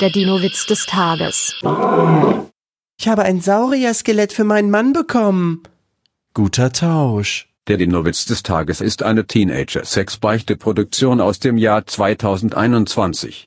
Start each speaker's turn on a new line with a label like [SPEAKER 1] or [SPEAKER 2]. [SPEAKER 1] Der Dino-Witz des Tages.
[SPEAKER 2] Ich habe ein Saurierskelett für meinen Mann bekommen. Guter Tausch.
[SPEAKER 3] Der Dinowitz des Tages ist eine Teenager-Sex-Beichte-Produktion aus dem Jahr 2021.